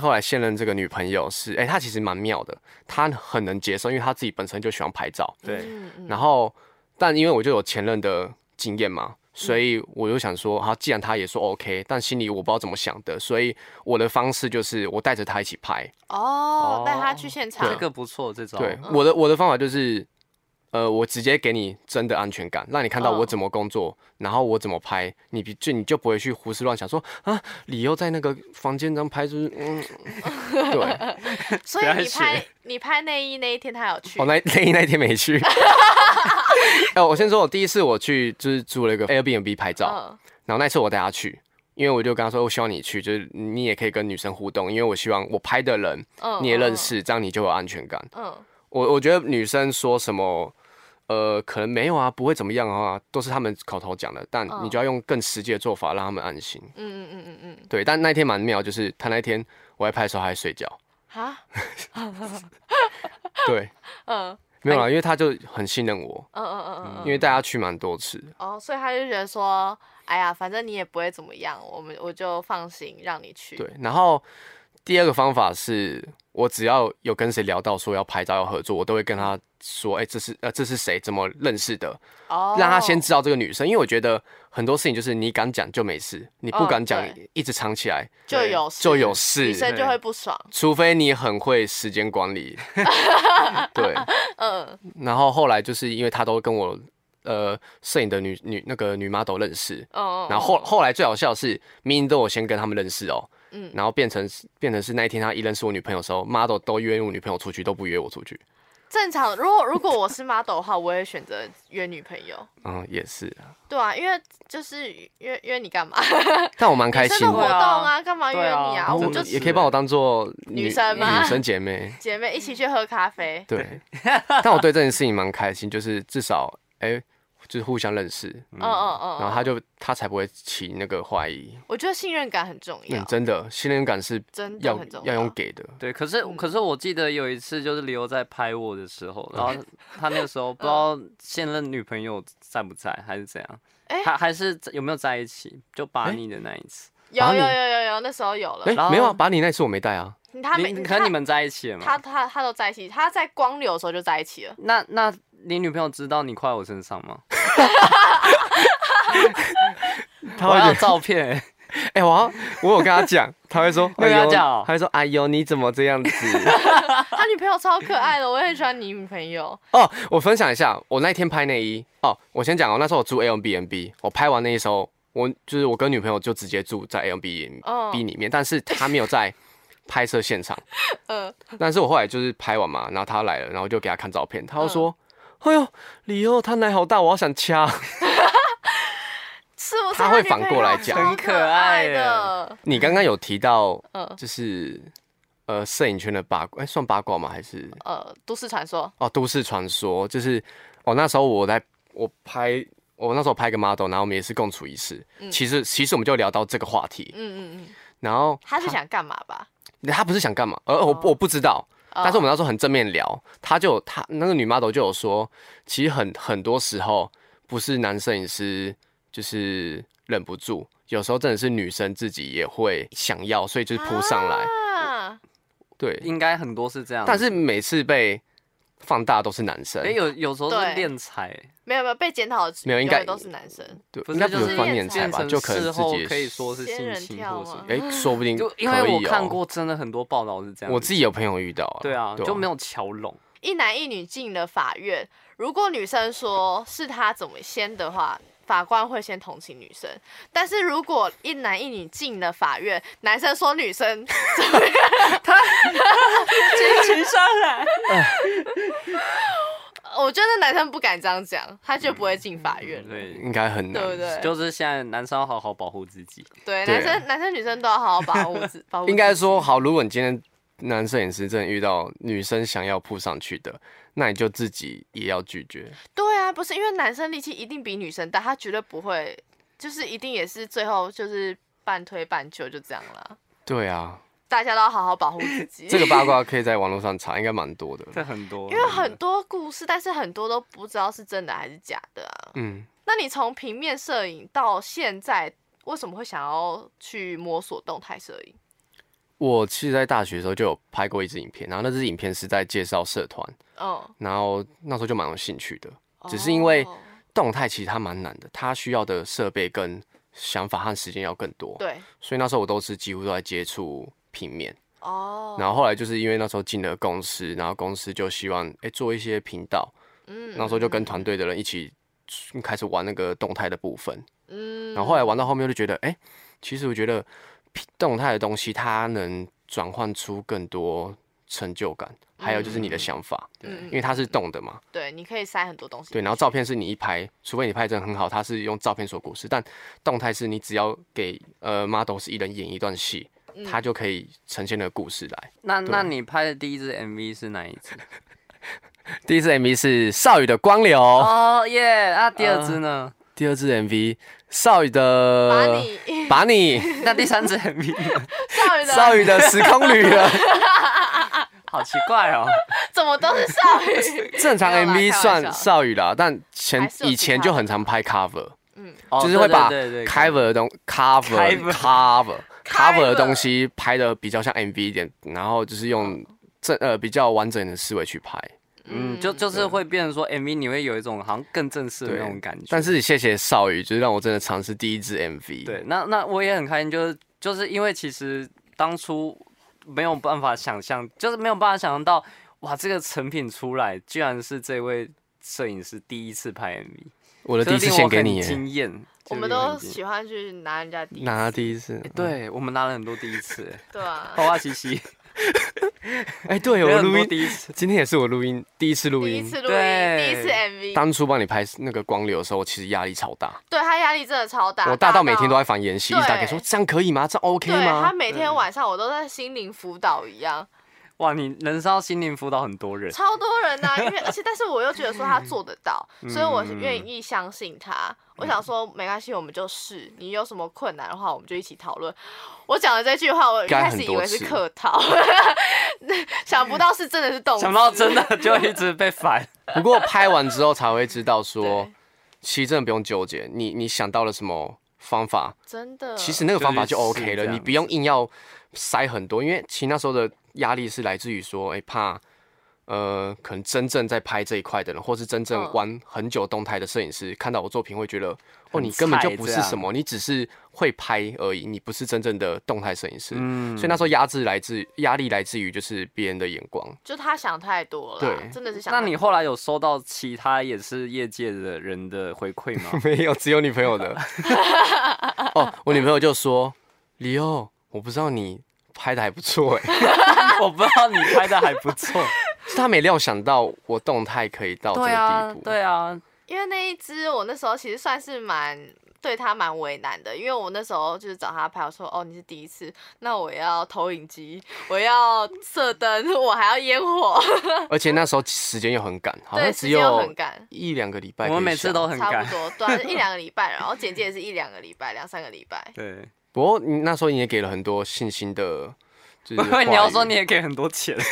后来现任这个女朋友是，哎、她其实蛮妙的，她很能接受，因为她自己本身就喜欢拍照。
对，
嗯嗯
然后，但因为我就有前任的经验嘛，所以
嗯
我就想说，好，既然她也说 OK，但心里我不知道怎么想的，所以我的方式就是我带着她一起拍。
哦，带他
哦
去现场
这，个不错，这
哦
招
嗯
对，我的我的方法就是，呃，我直接给你真的安全感，让你看到
嗯
我怎么工作，然后我怎么拍，你比就你就不会去胡思乱想说啊，理由在那个房间中拍，就是嗯， 对。
所以
给他
你
写
拍你拍内衣那一天他有去
哦，，那那那一天没 去。 哎、我先说，我第一次我去就是租了一个 Airbnb 拍照，
嗯
然后那次我带他去，因为我就跟他说，我希望你去，就是你也可以跟女生互动，因为我希望我拍的人
嗯
你也认，识，这样你就有安全感。
嗯
我我觉得女生说什么，呃，可能没有啊，不会怎么样啊，都是他们口头讲的，但
嗯
你就要用更实际的做法让他们安心。
嗯嗯嗯嗯嗯嗯，
对，但那天蛮妙，就是他那天我在拍的时候还在睡觉，
哈，
对，
嗯
没有啊，因为他就很信任我，
嗯嗯嗯嗯
因
嗯，
为带他去蛮多次的。
哦，所以他就觉得说，哎呀，反正你也不会怎么样，我们我就放心让你去，
对，然后第二个方法是我只要有跟谁聊到说要拍照要合作，我都会跟他说，哎、这是呃这是谁，怎么认识的，
哦，
让他先知道这个女生，因为我觉得很多事情就是你敢讲就没事，你不
嗯
敢讲、
对
你一直藏起来，
就有事
就有
女
事，
生就会不爽，
除非你很会时间 管理。对，
嗯
然后后来就是因为他都跟我呃摄影的女女那个女 model 认识，
哦，
然后后后来最好笑的是，明明都有先跟他们认识哦，
嗯
然后变成是变成是那一天他一认识我女朋友的时候，model 都约我女朋友出去，都不约我出去。
正常。如果如果我是 model 的话，我也选择约女朋友。
嗯，也是啊，
对啊，因为就是约约你干嘛？
但我蛮开
女
心
生的活
的。
动
我
啊，干嘛约
对啊
你啊？
然后
我
我
就
也可以把我当做
女生吗
女生姐 妹。
姐妹一起去喝咖啡。
对，但我对这件事情蛮开心，就是至少哎、就是互相认识，
嗯嗯嗯。
然后他就他才不会起那个怀疑。
我觉得信任感很重要
嗯，，真的，信任感是
真的
要
很重
要用给的。
对，可是
嗯
可是我记得有一次就是李欧在拍我的时候，然后他那个 时候
嗯
不知道现任女朋友在不在还是怎样，
哎
还还是有没有在一起，就
哎
把你的那一次，
有
把
有
你
有有有，那时候有了
哎、。
然后
没有啊，把你那次我没带啊。
你他没
你可
他
能你们在一起了
他
嘛？
他他都在一起，他在光流的时候就在一起了。
那那你女朋友知道你快我身上吗？
他会觉
我要
得
有照片、欸，
哎、我好像我有跟他讲，他会 说，
你有跟他
哎呦
讲哦
他会说，哎呦，你怎么这样子？
他女朋友超可爱的，我也很喜欢你女朋友。
哦，我分享一下，我那天拍内衣哦，我先讲哦，那时候我住 A M B N B，我拍完内衣的时候，我就是我跟女朋友就直接住在 A M B
哦
N B 里面，但是她没有在拍摄现场，
嗯，
但是我后来就是拍完嘛，然后她来了，然后就给她看照片，她就
嗯
说。哎呦，李欧他奶好大，我好想 掐
是不是？
他会反过来讲
超
很可
可爱
爱
的。
你刚刚有提到，
嗯
就是呃，摄影圈的八卦，哎、算八卦吗？还是
呃，都市传说。
哦，都市传说就是哦，那时候我在我拍，我那时候拍个 model，然后我们也是共处一室。
嗯
其实其实我们就聊到这个话题，
嗯嗯嗯，
然后
他是想干嘛吧？
他不是想干嘛，呃，我我不知道，
哦
但是我们那时候很正面聊，他就他那个女 model 就有说，其实很很多时候不是男摄影师就是忍不住，有时候真的是女生自己也会想要，所以就是扑上来，
啊
对。
应该很多是这样。
但是每次被放大都是男生
哎、，有有时候
对
是练才、欸
没有没有被检讨的，
没有应该
都是男生。
对，
不
应
是
该
就
不
是
是方面
练
才
变
吧，
成
就可
事
能
后
自
可以
己
说是
仙
性
人
侵
跳
或什
吗
么。
哎、说不定
就因
可
为
以
我看
哦
过，真的很多报道是这样。
我自己有朋友遇到啊，
对啊，就没
有
有桥拢。
一男一女进了法院，如果女生说是他怎么先的话，法官会先同情女生；但是如果一男一女进了法院，男生说女生 怎么样，
真情上来，
我觉得男生不敢这样讲，他就不会进法院了，
对，
应该很难，
对不对？
就是现在男生要好好保护自己。
对，
对
男生男生女生都要好好保护自保护自己。
应该说好，如果你今天男摄影师真的遇到女生想要扑上去的，那你就自己也要拒绝。
对啊，不是因为男生力气一定比女生大，他绝对不会，就是一定也是最后就是半推半就就这样啦。
对啊，
大家都要好好保护自己。
这个八卦可以在网络上查，应该蛮多的。
这很多，
因为很多故事，但是很多都不知道是真的还是假的啊。
嗯，
那你从平面摄影到现在，为什么会想要去摸索动态摄影？
我其实，在大学的时候就有拍过一支影片，然后那支影片是在介绍社团，
嗯，
然后那时候就蛮有兴趣的。只是因为
哦
动态其实它蛮难的，它需要的设备跟想法和时间要更多，
对
所以那时候我都是几乎都在接触平面。
哦，
然后后来就是因为那时候进了公司，然后公司就希望哎、诶做一些频道，
嗯
那时候就跟团队的人一起开始玩那个动态的部分。
嗯
然后后来玩到后面就觉得，哎、其实我觉得动态的东西它能转换出更多成就感，还有就是你的想法，
嗯
因为它是动的嘛。
对，你可以塞很多东西进去。
对，然后照片是你一拍，除非你拍真的很好，它是用照片说故事，但动态是你只要给呃 model 是一人演一段戏，
嗯
它就可以呈现那个故事来。
那那你拍的第一支 MV 是哪一支？
第一支 MV 是少宇的光流，
哦耶！那第二支呢？
第二支 MV 少宇
把
的
你
把你
呃那第三支 MV 呢？
少宇的
少宇的时空 旅人，
好奇怪哦。
怎么都是少 宇？
正常
没有啦
MV
开玩笑
算少宇啦，但前
还是有
以
其
前
他
就
的
很常拍 cover，
哦
就是会把
对对对对
cover 的东 cover
Cover
cover cover 的
Cover
东西拍的比较像 MV 一点，然后就是用正呃比较完整的思维去拍。
嗯，就就是会变成说 MV 你会有一种好像更正式的
对
那种感觉。
但是谢谢少宇，就是让我真的尝试第一支 MV。
对，，那那我也很开心，就是就是因为其实当初没有办法想象，就是没有办法想象到，哇，这个成品出来居然是这位摄影师第一次拍 MV，
我的第一次
这令
献
我
给
很
你耶，
惊艳。
我
这
们
令
都
很惊艳
喜欢去拿人家第一
拿了第一次，嗯
对我们拿了很多第一次，
对啊，
花花西西，
哎， 对
有
我
很
录
多
音，
第一次，
今天也是我录音第一次录
第一
音。
次录音，
对
第一次 MV，
当初帮你拍那个光流的时候，我其实压力超大，
对他压力真的超
啊
大，
我大到每天都在烦演戏，一
对
直打给说这样可以吗？这样 OK
对他
吗？嗯
每天晚上我都在心灵辅导一样，
哇，你人生要心灵辅导很多人，
超多人呐、因为而且但是我又觉得说他做得 到，所以我是
嗯
愿意相信他。我想说没关系，我们就试，你有什么困难的话，我们就一起讨论。我讲的这句话，我一
该
开
很
始以
多
为是
次
客套， 想不到是真的是动词，
想不到真的就一直被烦。
不过拍完之后才会知道 说
对，
其实真的不用纠结，你你想到了什么方法，
真的，
其实那个方法就
就去试
OK
这
了，
样
你不用硬要塞很多，因为其实那时候的压力是来自于说，哎、怕呃，可能真正在拍这一块的人，或是真正
嗯
玩很久动态的摄影师，看到我作品会觉得，哦，
很
你根本就
菜
不
这
是
样
什么，你只是会拍而已，你不是真正的动态摄影师。
嗯
所以那时候压制来自压力来自于就是别人的眼光，
就他想太多了，
对
真的 是想太
那
多。
你后来有收到其他也是业界的人的回馈 吗？
没有，只有女朋友 的。哦，我女朋友就说，李欧，我不知道你拍的还不错哎、
我不知道你拍的还不错。
是他没料想到我动态可以到这个
对啊
地步。，
对啊，
因为那一只我那时候其实算是蛮对他蛮为难的，因为我那时候就是找他拍，我说哦你是第一次，那我要投影机，我要射灯，我还要烟火，
而且那时候时间又很赶，好像
啊对，
只
时间又
有
很赶，
一两个礼拜可以下。
我们每次都很
差
赶
不。多对啊、就一两个礼拜，然后简介也是一两个礼拜，两三个礼拜。
对，
不过你那时候你也给了很多信心的，就是
我以为你要
话语
说你也给很多钱，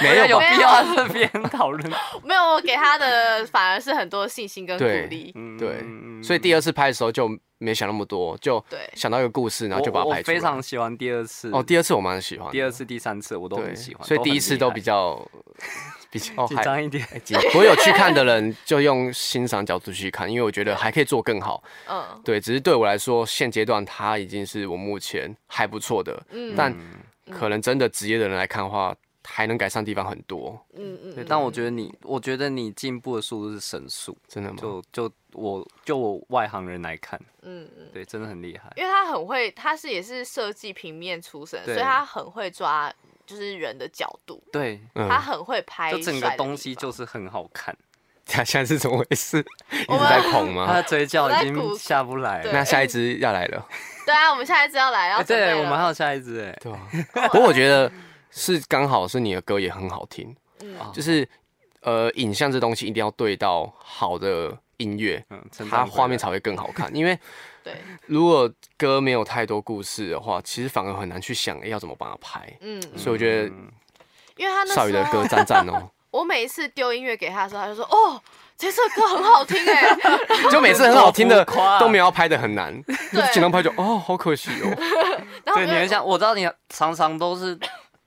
没
我觉
有
得
吧？
没有
有必要在这边讨论。
没有，我给他的反而是很多信心跟鼓
对
励。
对
嗯，
所以第二次拍的时候就没想那么多，就
对
想到一个故事，然后就把它
我
拍
我
出来。
非常喜欢第二次。
哦，第二次我蛮喜欢的，
第二次、第三次我都
对
很喜欢，
所以第一次都
很
比
厉
较 比较
哎害紧
还
张一点。
紧。 我有去看的人就用欣赏角度去看，因为我觉得还可以做更好。
嗯，
对，只是对我来说，现阶段它已经是我目前还不错的，
嗯
但可能真的职业的人来看的话，还能改善地方很多，
嗯嗯
对，
嗯，
但我觉得你，我觉得你进步的速度是神速。
真的吗？
就就我就我外行人来看，
嗯嗯。
对，真的很厉害。
因为他很会，他是也是设计平面出身，所
对
以他很会抓就是人的角度，
对，
嗯
他，很会拍。
就整个东西就是很好看。
他 现在是怎么回 事？一
我
直
们
在捧
他
吗
的？嘴角已
我在
经
鼓
下不来了。
对
那下一支要来 了，
对啊，我们下一次要来，要
哎，
准备
对
了
我们还有下一支哎，
对吧、不过我觉得是刚好是你的歌也很好听，
哦
嗯
就是呃，影像这东西一定要对到好的音乐，
嗯，成
它
长
画面
回
才会更好看，因为。
对，
如果歌没有太多故事的话，其实反而很难去想、诶要怎么把它拍。
嗯，
所以我觉得
因为他那
少宇
时
的
候
歌赞赞 哦，
我每一次丢音乐给他的时候，他就说哦。这首歌很好听哎，
就每次很好听的
多浮夸啊
都没有要拍的很难，就
对
简单拍就哦，好可惜哦。
然后
对，你很
想
想，我知道你常常都是，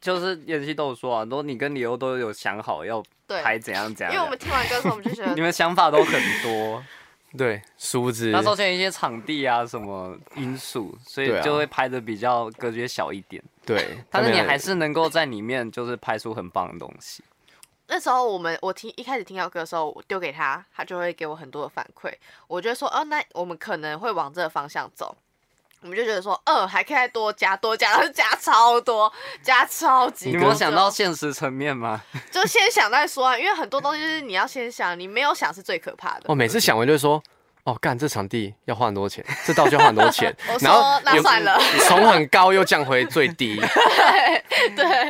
就是妍希都有说啊，都你跟李欧都有想好要
对，
拍怎样怎
因为我
样
们
的，
听完歌之后，我们 就觉
你
得
们想法都很多。
对，殊不知
那时候就有一些场地啊什么因素，所以
对啊
就会拍的比较隔绝小一点。
对，
但是你
他们
还是能够在里面就是拍出很棒的东 西。
那时候我们我听一开始听到歌的时候，我丢给他，他就会给我很多的反馈，我就会说哦，那我们可能会往这个方向走。我们就觉得说，嗯，还可以再多加多加，然 后加超多，加超级
你
多。
没有想到现实层 面吗？
就，就先想再说啊，因为很多东西就是你要先想，你没有想是最可怕的。
哦，每次想完就说。哦，干这场地要花很多钱，这道具要花很多钱
我，
然后
说那
有
算了，
从很高又降回最低，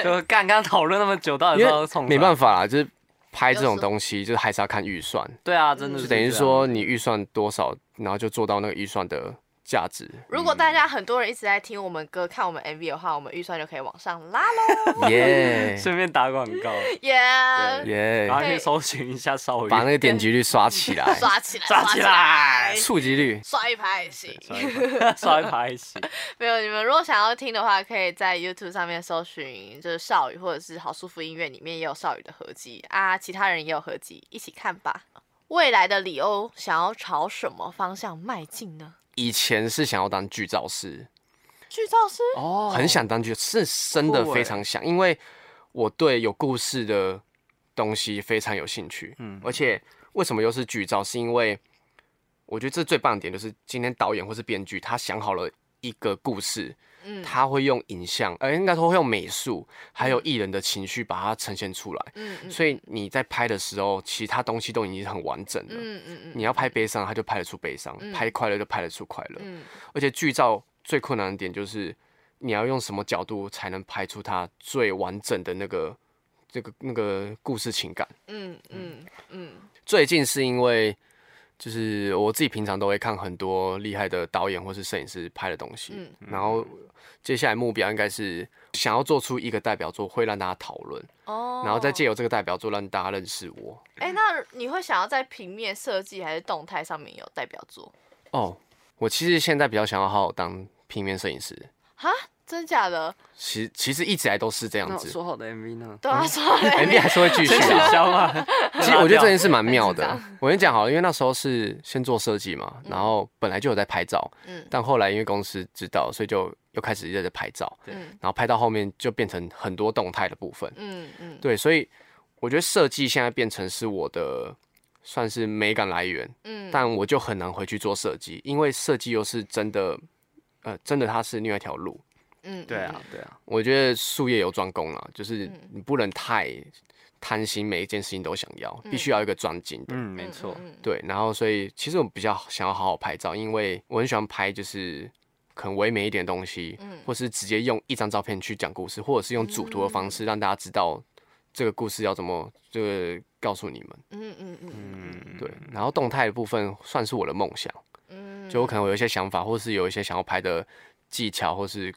就干刚讨论那么久，到底
因
是
为
要从
没
法。
办法啦，就是拍这
有
种
时
东西，就是还是要看预算，
对啊，真的
就是等于
这样
说你预算多少，然后就做到那个预算的价值。
如
嗯
果大家很多人一直在听我们歌、看我们 MV 的话，我们预算就可以往上拉 喽。
耶
顺便打广告，
耶、
耶
然，后可以搜寻一下少宇。
把那个点击率刷起来，
刷起来，
抓
刷
起
起
来
来，
触及率。
刷一排也行。
刷一 排刷一排 一起，
没有，你们如果想要听的话，可以在 YouTube 上面搜寻，就是少宇或者是好舒服音乐里面也有少宇的合集啊，其他人也有合集，一起看吧。未来的里欧想要朝什么方向迈进呢？
以前是想要当剧照师，
剧照师
哦
很想当剧，是真的
酷欸
非常想，因为我对有故事的东西非常有兴趣。嗯
嗯，
而且为什么又是剧照？是因为我觉得这最棒的点就是今天导演或是编剧他想好了一个故事，
嗯
他会用影像，呃，应该说会用美术，还有艺人的情绪把它呈现出来。
嗯嗯
所以你在拍的时候，其他东西都已经很完整了。
嗯嗯
你要拍悲伤，他就拍得出悲伤；
嗯
拍快乐就拍得出快乐。
嗯
而且剧照最困难的点就是，你要用什么角度才能拍出它最完整的那个、这个、那个故事情感。
嗯嗯嗯
最近是因为，就是我自己平常都会看很多厉害的导演或是摄影师拍的东西，
嗯
然后接下来目标应该是想要做出一个代表作，会让大家讨论，
哦，
然后再借由这个代表作让大家认识我。
哎、那你会想要在平面设计还是动态上面有代表作？
哦，我其实现在比较想要好好当平面摄影师，
哈，真假的？
其其实一直以来都是这
那
样
我
子。
说好的 MV 呢？
对啊，说嘞，
人哎家还是会继 续
先取
啊，
消嘛。
其实我觉得这件
是
事蛮妙
啊
的。我跟你讲好了，因为那时候是先做设计嘛，然
嗯
后本来就有在拍照，
嗯
但后来因为公司知道，所以就又开始一直在拍照，
嗯
然后拍到后面就变成很多动态的部分。
嗯嗯，
对，所以我觉得设计现在变成是我的算是美感来源，
嗯
但我就很难回去做设计，因为设计又是真的，呃，真的它是另外一条路。
嗯，
对啊，对啊，
我觉得术业有专攻啦，就是你不能太贪心，每一件事情都想要，必须要有一个专精的。
嗯，没错，
嗯
对，然后所以其实我比较想要好好拍照，因为我很喜欢拍就是可能唯美一点的东西，
嗯
或是直接用一张照片去讲故事，或者是用主图的方
嗯
式让大家知道这个故事要怎么就是告诉你们。
嗯嗯嗯
嗯，
对，然后动态的部分算是我的梦想，
嗯，
就我可能有一些想法，或是有一些想要拍的技巧，或是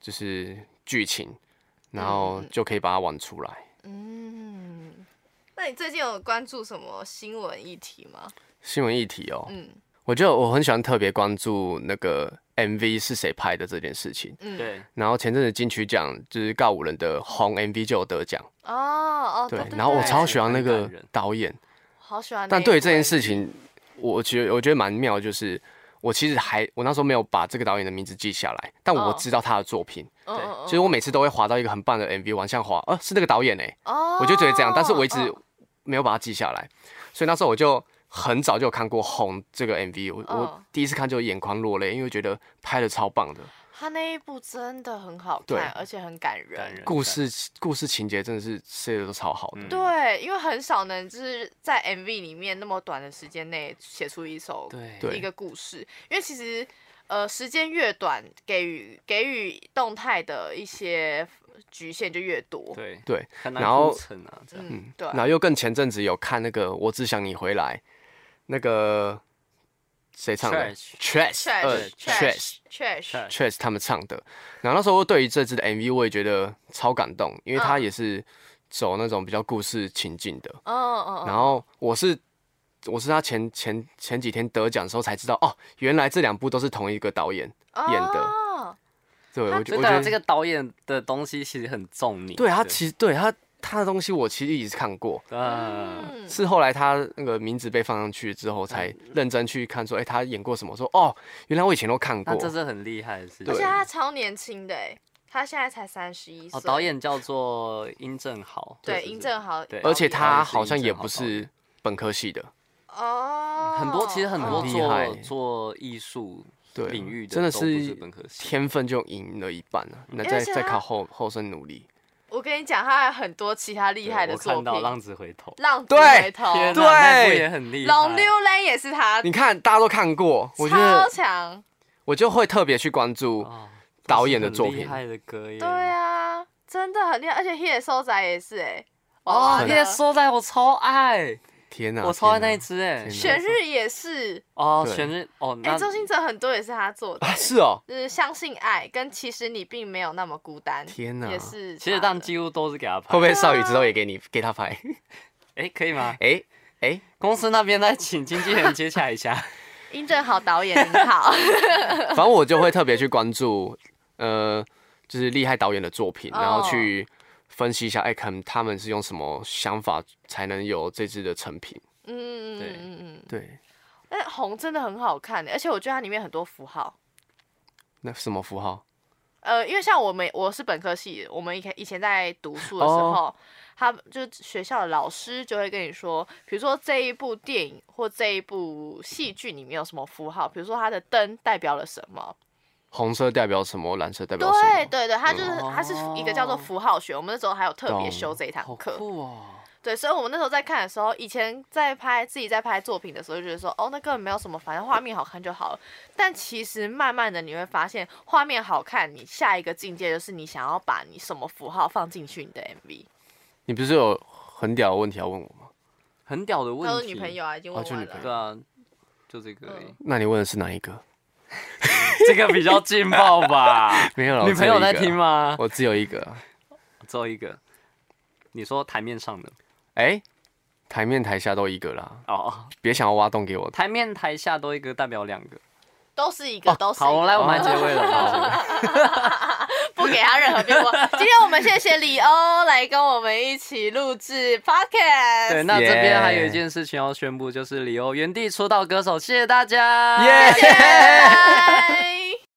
就是剧情，然后就可以把它玩出来。
嗯。那你最近有关注什么新闻议题吗？
新闻议题哦，
嗯
我觉得我很喜欢特别关注那个 MV 是谁拍的这件事情。
嗯，，
对，
然后前阵子金曲奖就是告五人的红 MV 就有得奖，
哦哦，
对
对，，
然后我
对
超喜欢那
很
个
感人
导演，
好喜欢那一部欸，
但对于这件事情，我觉得我觉得蛮妙，就是我其实还我那时候没有把这个导演的名字记下来，但我
哦
知道他的作品，
嗯，
对
嗯嗯
所以我每次都会滑到一个很棒的 MV，往下滑，呃，是那个导演哎、
哦，
我就觉得这样，但是我一直
哦
没有把它记下来，所以那时候我就很早就有看过红这个 MV，我
哦
我第一次看就眼眶落泪，因为觉得拍的超棒的，
他那一部真的很好
对
看，而且很感人，
感人
故事故事情节真的是写的都超好的。
嗯
对，因为很少能就是在 MV 里面那么短的时间内写出一首
对
对
一个故事，因为其实呃时间越短，给予给予动态的一些局限就越多。
对，
对，
很难
然后
铺陈啊，这样，
嗯，对
然，后又更前阵子有看那个《我只想你回来》，那个谁唱的
Trash
？Trash，
确
呃
实确
Trash
实确实，
Trash
Trash 他们唱的。然后那时候对于这支的 MV 我也觉得超感动，因为他
嗯
也是走那种比较故事情境的。
嗯嗯
然后我是我是他前前前几天得奖的时候才知道，哦，原来这两部都是同一个导演。
嗯，
演的
哦
对，
他
我觉
就
我
代
觉
表
得
这个导演的东西其实很重你，
对他其实对他他的东西我其实一直看过，
啊，
嗯
是后来他那个名字被放上去之后，才
嗯
认真去看说，哎、他演过什么？说哦，原来我以前都看过
那。这是很厉害的事情
而且
对。
他超年轻的欸，他现在才三十一岁
哦，。导演叫做殷正豪，
对
是不是
殷正豪，
对
而且他好像也
导
不
演是殷
是本科系的，
哦，
很多，其实很多
嗯很厉害
做做艺术
对，
领域的
真的
都不是
是
本科系
天分就赢了一半了，那
而
再
且
再
他
靠后后生努力。
我跟你讲，他还有很多其他厉害的
我
作
看
品，
到《浪子回头》，
浪子
对
回头，
天哪
哦对
那部也很厉害，
龙溜嘞也是他，
你看，大家都看过，我觉
超
得
强，
我就会特别去关注
哦
导演的作
都是
品
很厉。害的歌耶，
对啊，真的很厉害，而且 h e 收仔也是哎、娃
哦，
娃
那
的
些收在我超爱，
天哪、
我超爱
天
那
哪
一只哎，
天
玄日也是，
哦，
对
旋律哦，
哎、
那
周星哲很多也是他做的、
啊！是哦，
就是相信爱跟其实你并没有那么孤单，
天哪
也是他的，
其实但几乎都是给他拍，
会不会少宇之
啊
后也给你给他拍？
哎可以吗？
哎哎、
公司那边再请经纪人接洽一下，
殷正豪导演您 好，
反正我就会特别去关注，呃，就是厉害导演的作品，
哦
然后去分析一下，哎、可能他们是用什么想法才能有这支的成品。
嗯嗯
对
嗯嗯，
对，
但红真的很好看、欸，而且我觉得它里面很多符号，
那什么符号？
呃，因为像我们我是本科系，我们以前以前在读书的时
哦
候，他就学校的老师就会跟你说，比如说这一部电影或这一部戏剧里面有什么符号，比如说它的灯代表了什么，
红色代表什么，蓝色代表什
对
么？哦
对对，它就是、
嗯
它是一个叫做符号学，我们那时候还有特别
懂
修这一堂
好
课，
酷哦！
对，所以我们那时候在看的时候，以前在拍自己在拍作品的时候，就觉得说，哦，那根本没有什么，反正画面好看就好了。但其实慢慢的你会发现，画面好看，你下一个境界就是你想要把你什么符号放进去你的 MV。
你不是有很屌的问题要问我吗？
很屌的问
他说
题。
女朋友啊，已经问
哦就
完
女
了。
朋
对啊，就这个而已，
嗯
那你问的是哪一个？
这个比较劲爆 吧？
没有啦，
女朋友
我只有一
在
个啊
听？吗？
我只有一个啊。
最后一个，你说台面上的
哎、台面台下都一个啦，
哦，
别想要挖洞给我。
台面台下都一个代表两个。
都是一个，都是一个。
好，来我们来结
哦
尾了。
不给他任何变化。今天我们谢谢李欧来跟我们一起录制 podcast。
对，那这边还有一
Yeah
件事情要宣布，就是李欧原地出道歌手，谢谢大家。
耶
谢谢，拜拜。